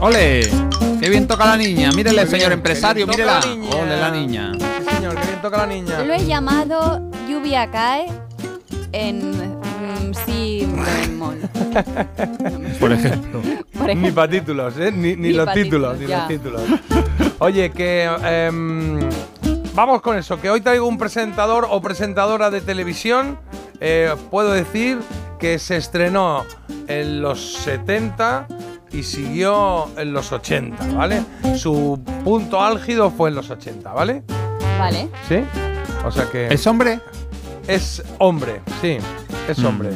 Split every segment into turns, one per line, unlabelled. ¡Ole! ¡Qué bien toca la niña! Mírele,
Muy bien,
señor
qué
empresario,
bien
mírela.
toca la niña.
¡Ole, la niña!
Sí, señor, que bien toca la niña.
Lo he llamado lluvia cae en mm, si bemol.
Por ejemplo.
Por
Ni
ejemplo.
para títulos, ¿eh? Ni, ni
Ni
los
pa'
títulos, ni los títulos.
títulos,
Oye, que. em, vamos con eso, que hoy traigo un presentador o presentadora de televisión. eh, puedo decir que se estrenó en los 70 y siguió en los 80, ¿vale? Su punto álgido fue en los 80, ¿vale?
Vale.
¿Sí? O sea que.
¿Es hombre?
Es hombre, sí, es hombre.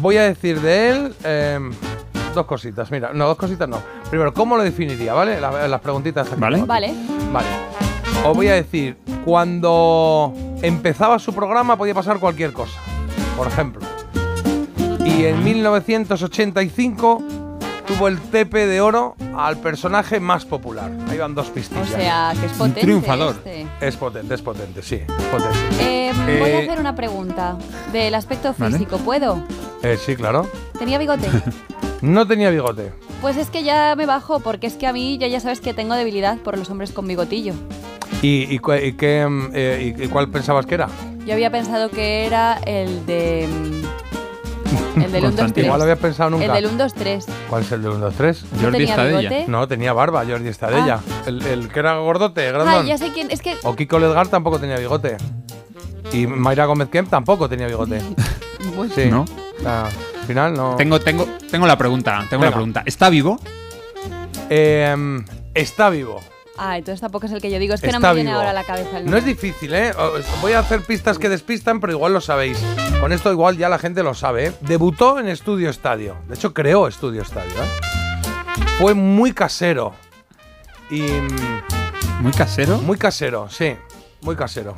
Voy a decir de él em, dos cositas, mira, no, dos cositas no. Primero, ¿cómo lo definiría, vale? La- Las, preguntitas. estas que
Vale.
tengo aquí.
Vale.
Vale. Os voy a decir, cuando empezaba su programa podía pasar cualquier cosa, por ejemplo. Y en 1985 tuvo el tepe de oro al personaje más popular. Ahí van dos
O
pistillas.
sea, que es potente.
triunfador.
este.
Es potente, es potente, sí, es potente.
Eh, voy a
Eh,
hacer una pregunta del aspecto
Vale.
físico. ¿Puedo?
Eh, sí, claro.
¿Tenía bigote?
No tenía bigote.
Pues es que ya me bajo, porque es que a mí ya, ya sabes que tengo debilidad por los hombres con bigotillo.
¿Y, y cu- y qué, mm, eh, y- y cuál pensabas que era?
Yo había pensado que era el de. mm, El del 1, 2,
Constantino.
3.
Igual lo había pensado nunca.
El del ¿Eh? 1, 2, 3.
¿Cuál es el del 1, 2, 3?
¿No
Jordi
tenía
Estadella.
bigote?
No, tenía barba, Jordi Estadella. El, el que era gordote,
Ah,
grandón.
ya sé quién. Es que.
O Kiko Ledgar tampoco tenía bigote. Y Mayra Gómez Kemp tampoco tenía bigote.
Bueno,
Sí.
¿No?
Ah, al final no.
Tengo, tengo, tengo la pregunta, tengo
Venga.
la pregunta. ¿Está vivo?
Eh, mm, está vivo.
Ah, entonces tampoco es el que yo digo. Es que no
Está
me viene
vivo.
ahora a la cabeza el
No es
nombre.
difícil, ¿eh? Os Voy a hacer pistas que despistan, pero igual lo sabéis. Con esto igual ya la gente lo sabe, ¿eh? Debutó en Estudio Estadio. De hecho, creó Estudio Estadio, ¿eh? Fue muy casero. Y... mm,
¿Muy casero?
Muy casero, sí. Muy casero.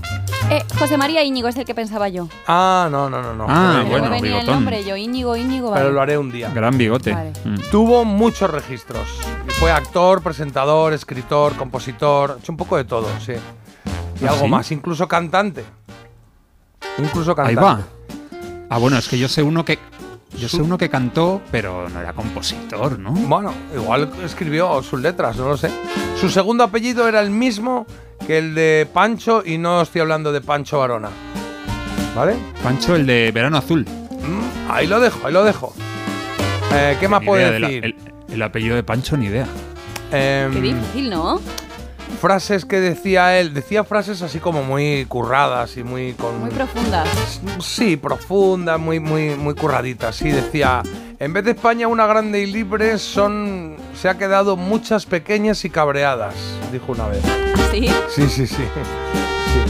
Eh, José María Íñigo es el que pensaba yo.
Ah, no, no, no, no.
Ah,
Pero
bueno,
no venía
bigotón.
el nombre, yo Íñigo, Íñigo.
Pero
vale.
lo haré un día.
Gran bigote.
Vale.
Mm.
Tuvo muchos registros. Fue actor, presentador, escritor, compositor, hecho un poco de todo, sí. Y
¿Ah,
algo
sí?
más, incluso cantante. Incluso
Ahí
cantante.
va. Ah, bueno, es que yo sé uno que. Yo sé uno que cantó, pero no era compositor, ¿no?
Bueno, igual escribió sus letras, no lo sé. Su segundo apellido era el mismo que el de Pancho y no estoy hablando de Pancho Varona. ¿Vale?
Pancho, el de Verano Azul.
Mm, ahí lo dejo, ahí lo dejo. Eh, ¿Qué más
Ni
puedo
idea de la-
decir?
el, el apellido de Pancho, ni idea.
Em,
Qué difícil, ¿no?
frases que decía él. Decía frases así como muy curradas y muy con...
Muy profunda.
sí, profundas, muy, muy, muy curraditas. Sí, decía, en vez de España una grande y libre, son se ha quedado muchas pequeñas y cabreadas, dijo una vez.
Sí.
Sí, sí, sí.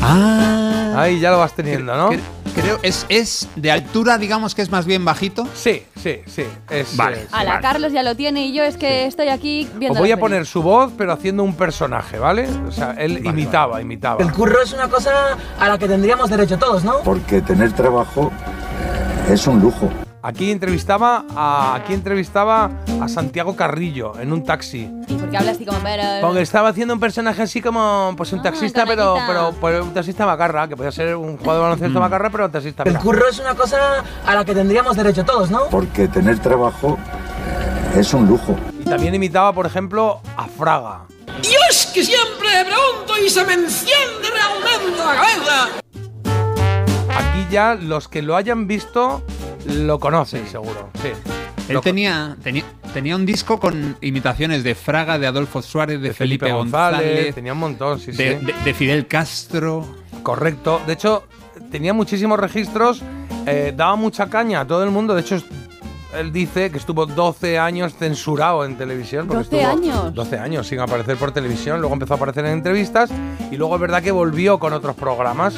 Ah.
Ahí ya lo vas teniendo, ¿no?
Creo es, es de altura, digamos que es más bien bajito.
Sí, sí, sí. es,
Vale.
eh,
A la
Vale.
Carlos ya lo tiene y yo es que estoy aquí viendo.
Os voy
la
a poner su voz, pero haciendo un personaje, ¿vale? O sea, él imitaba, imitaba.
El curro es una cosa a la que tendríamos derecho todos, ¿no?
porque tener trabajo eh, es un lujo.
Aquí entrevistaba a aquí entrevistaba a Santiago Carrillo en un taxi.
película. Porque habla así como pero.
Porque estaba haciendo un personaje así como pues un
Ah,
taxista, pero,
canallita.
pero, pero un taxista macarra, que podía ser un jugador de baloncesto macarra, pero un taxista.
El
mira.
curro es una cosa a la que tendríamos derecho todos, ¿no?
Porque tener trabajo eh, es un lujo.
Y también imitaba, por ejemplo, a Fraga.
Yo es que siempre pregunto y se me enciende realmente la cabeza.
Aquí ya los que lo hayan visto lo conocen, seguro. Sí.
Él
Lo-
tenía, tenía, tenía un disco con imitaciones de Fraga, de Adolfo Suárez, de,
de Felipe González, tenía un montón, sí,
de,
sí.
de- de Fidel Castro.
Correcto. De hecho, tenía muchísimos registros, eh, daba mucha caña a todo el mundo. De hecho, es- él dice que estuvo 12 años censurado en televisión. porque
12
estuvo
años.
12 años sin aparecer por televisión, luego empezó a aparecer en entrevistas y luego es verdad que volvió con otros programas,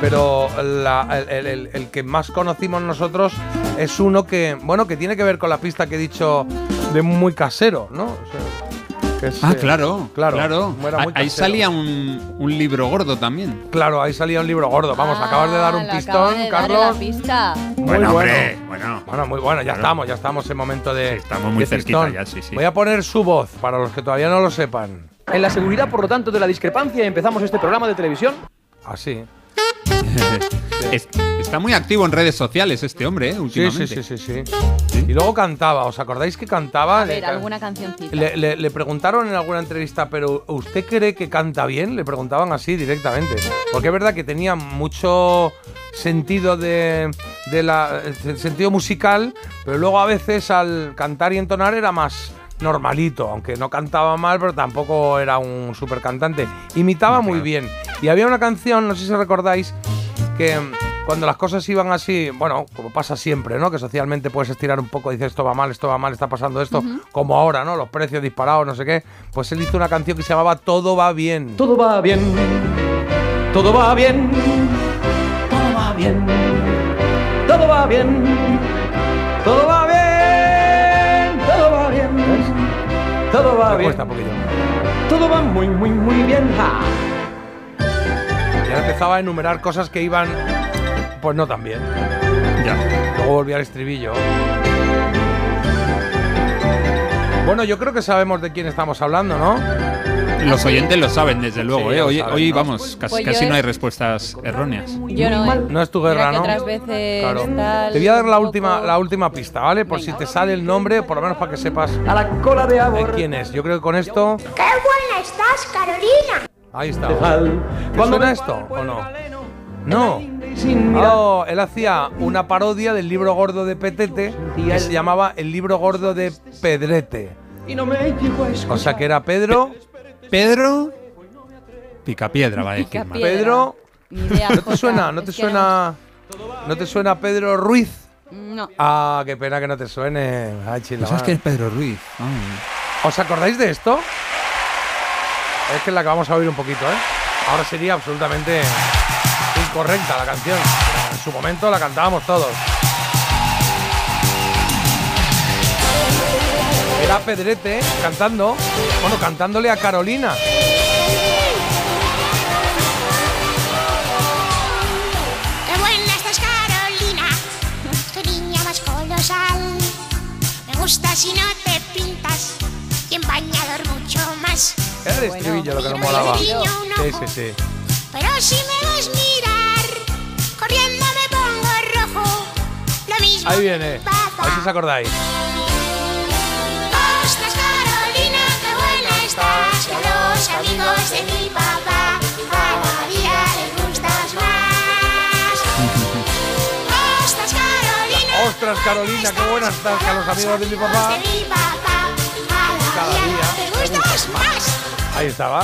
pero la- el, el- el- el que más conocimos nosotros es uno que, bueno, que tiene que ver con la pista que he dicho de muy casero, ¿no? O sea, que es,
Ah,
eh,
claro,
claro.
claro.
Era muy
Ah, Ahí
casero.
salía un, un libro gordo también.
eh, Claro, ahí salía un libro gordo. Vamos, acabas de dar un
Ah, le
pistón,
acabo de dar en
Carlos.
la pista.
Muy
bueno,
bueno.
hombre, bueno.
Bueno, muy bueno, ya
Claro.
estamos, ya estamos en momento de.
Sí, estamos muy
de
cerquita
pistón.
ya, sí, sí.
Voy a poner su voz para los que todavía no lo sepan.
En la seguridad, por lo tanto, de la discrepancia empezamos este programa de televisión.
Así.
Es- está muy activo en redes sociales este hombre, ¿eh?
Sí,
Últimamente.
sí, sí, sí, sí. Y luego cantaba, ¿os acordáis que cantaba?
A ver,
Le-
alguna cancioncita.
le, le- le preguntaron en alguna entrevista, pero ¿usted cree que canta bien? Le preguntaban así directamente. Porque es verdad que tenía mucho sentido de, de la, el sentido musical, pero luego a veces al cantar y entonar era más normalito, aunque no cantaba mal, pero tampoco era un super cantante. Imitaba muy bien. Y había una canción, no sé si recordáis, que mm, cuando las cosas iban así, bueno, como pasa siempre, ¿no? Que socialmente puedes estirar un poco, dices esto va mal, esto va mal, está pasando esto, como ahora, ¿no? Los precios disparados, no sé qué. Pues él hizo una canción que se llamaba Todo va bien.
Todo va bien, todo va bien, todo va bien, todo va bien, todo va bien, todo va bien, todo va
Me
bien,
cuesta un poquillo.
todo va muy, muy, muy bien. ja.
Y ahora empezaba a enumerar cosas que iban, pues no tan bien.
Ya.
Luego volvía al estribillo. Bueno, yo creo que sabemos de quién estamos hablando, ¿no?
Los oyentes lo saben, desde luego.
Sí,
¿eh?
lo
Hoy,
saben,
hoy,
¿no?
vamos, casi,
Pues yo
casi no
he-
hay respuestas erróneas.
Yo no, ¿eh?
No es tu guerra,
Mira que
¿no?
otras veces
Claro.
tal,
Te voy a dar la
un
última,
poco-
la última pista, ¿vale? Por si te sale el nombre, por lo menos para que sepas
A la cola de
de
abor,
quién es. Yo creo que con esto.
¡Qué buena estás, Carolina!
Ahí está.
al-
Ah, ¿Te
cuando
suena
me-
esto o no? No.
Sin mirar.
Oh, él hacía una parodia del libro gordo de Petete que se llamaba El libro gordo de Pedrete.
Y no me llegó a
O sea que era Pedro.
Pedro Picapiedra, va a decir.
Picapiedra.
Manuel.
Pedro.
Ni idea,
¿No te
Jota,
suena? ¿No
es
te
que no-
suena? ¿No te suena Pedro Ruiz?
No.
Ah, qué pena que no te suene. Ay, chila,
¿Sabes
va.
que Pues es Pedro Ruiz? Ah,
¿Os acordáis de esto? Es que es la que vamos a oír un poquito, ¿eh? Ahora sería absolutamente incorrecta la canción. pero En su momento la cantábamos todos. Era Pedrete cantando, bueno, cantándole a Carolina.
¡Qué buena estás, Carolina! Tu niña más colosal. Me gusta si no te pintas y en bañador mucho más.
Era el
Bueno.
estribillo lo que nos
Mira,
molaba.
guiño,
Sí,
un ojo.
sí, sí.
Pero si me ves mirar, corriendo me pongo rojo. Lo mismo
Ahí viene. A ver si os
pasa.
acordáis.
¿Cómo estás, Carolina? ¡Qué buena estás! Que a los amigos de mi papá cada día les gustas más. ¿Cómo estás, Carolina?
Ostras, Carolina, qué buena estás, que a los amigos de mi
Amigos
papá.
de mi papá cada
Cada
día
día
les gustas más.
Ahí estaba.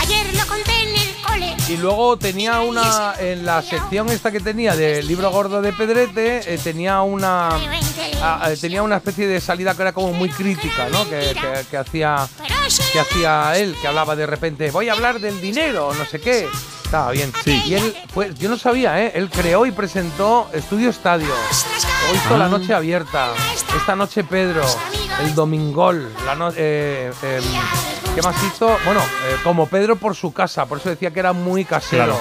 Ayer lo conté en el cole.
Y luego tenía una, en la sección esta que tenía del libro gordo de Pedrete, eh, tenía una ah, eh, tenía una especie de salida que era como muy crítica, ¿no? Que, que- que hacía que hacía él, que hablaba de repente, voy a hablar del dinero, no sé qué. Estaba bien.
Sí.
Y él, pues yo no sabía, ¿eh? Él creó y presentó Estudio Estadio. Luego hizo
Ah.
La Noche Abierta, Esta Noche Pedro, El Domingol, la no- eh, eh, ¿qué más hizo? Bueno, eh, como Pedro por su casa, por eso decía que era muy casero.
Claro.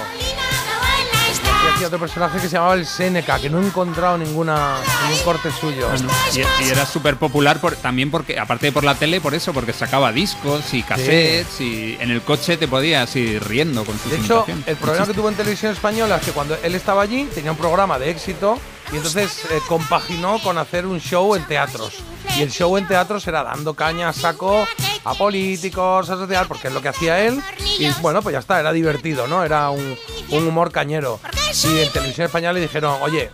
Y hacía otro personaje que se llamaba el Seneca, que no he encontrado ninguna, ningún corte suyo.
no. Y, y era súper popular por- también porque, aparte de por la tele, por eso, porque sacaba discos y cassettes y en el coche te podías ir riendo con sus
De hecho,
imitaciones.
el problema que tuvo en televisión española es que cuando él estaba allí tenía un programa de éxito y entonces eh, compaginó con hacer un show en teatros. Y el show en teatros era dando caña a saco a políticos, a social, porque es lo que hacía él. Y bueno, pues ya está, era divertido, ¿no? Era un, un humor cañero. Y en televisión española le dijeron, oye,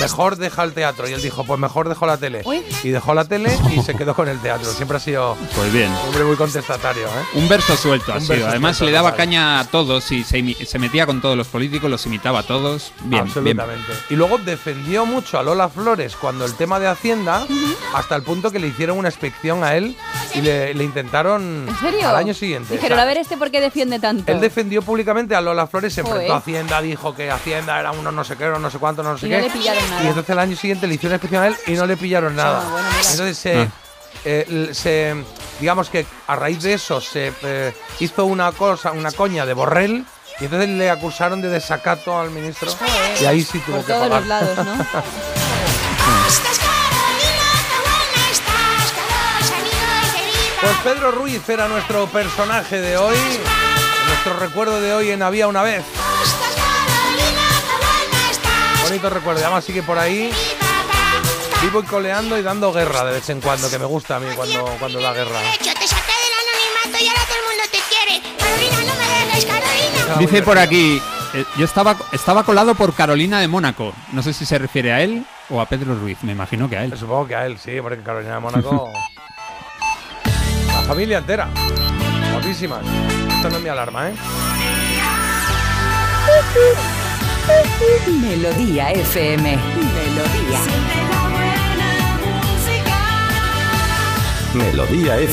mejor deja el teatro. Y él dijo, pues mejor dejo la tele.
Uy.
Y dejó la tele y se quedó con el teatro. Siempre ha sido un
Pues bien.
hombre muy contestatario, ¿eh?
Un verso suelto ha
Un
sido.
verso
Además,
suelto,
le daba
total.
caña a todos y se, imi- se metía con todos los políticos, los imitaba a todos. Bien, bien.
Absolutamente. Y luego defendió mucho a Lola Flores cuando el tema de Hacienda, hasta el punto que le hicieron una inspección a él y le, le intentaron
¿En serio?
al año siguiente.
Dijeron,
O sea,
a ver este por qué defiende tanto.
él defendió públicamente a Lola Flores, se enfrentó
Joder.
a Hacienda, dijo que Hacienda era uno no sé qué, uno no sé cuánto, no sé
Pues. Y no
qué.
le pillaron nada.
Y entonces al año siguiente le hicieron una inspección a él y no le pillaron nada.
Ah, bueno, mira.
entonces se,
Ah.
eh, l- se- digamos que a raíz de eso se eh, hizo una cosa, una coña de Borrell y entonces le acusaron de desacato al ministro y ahí sí tuvo
por
que
todos
pagar.
los lados, ¿no?
¿Cómo estás, Carolina? ¡Qué buena estás! Que a los amigos de mi
Pues Pedro Ruiz era nuestro personaje de hoy, nuestro recuerdo de hoy en Había una vez.
Ostras, Carolina, qué buena estás.
Bonito recuerdo, y además sigue por ahí
Mi papá,
vivo y coleando y dando guerra de vez en cuando, que me gusta a mí cuando, cuando da guerra.
derecho, te saqué del anonimato y ahora todo el mundo te quiere. Carolina, no me dejes, Carolina.
Dice por aquí, eh, yo estaba, estaba colado por Carolina de Mónaco. No sé si se refiere a él o a Pedro Ruiz. Me imagino que a él.
Supongo que a él, sí, porque Carolina de Mónaco. La familia entera. Guapísimas. Esta no es mi alarma, ¿eh?
Melodía FM. Melodía.
Melodía FM.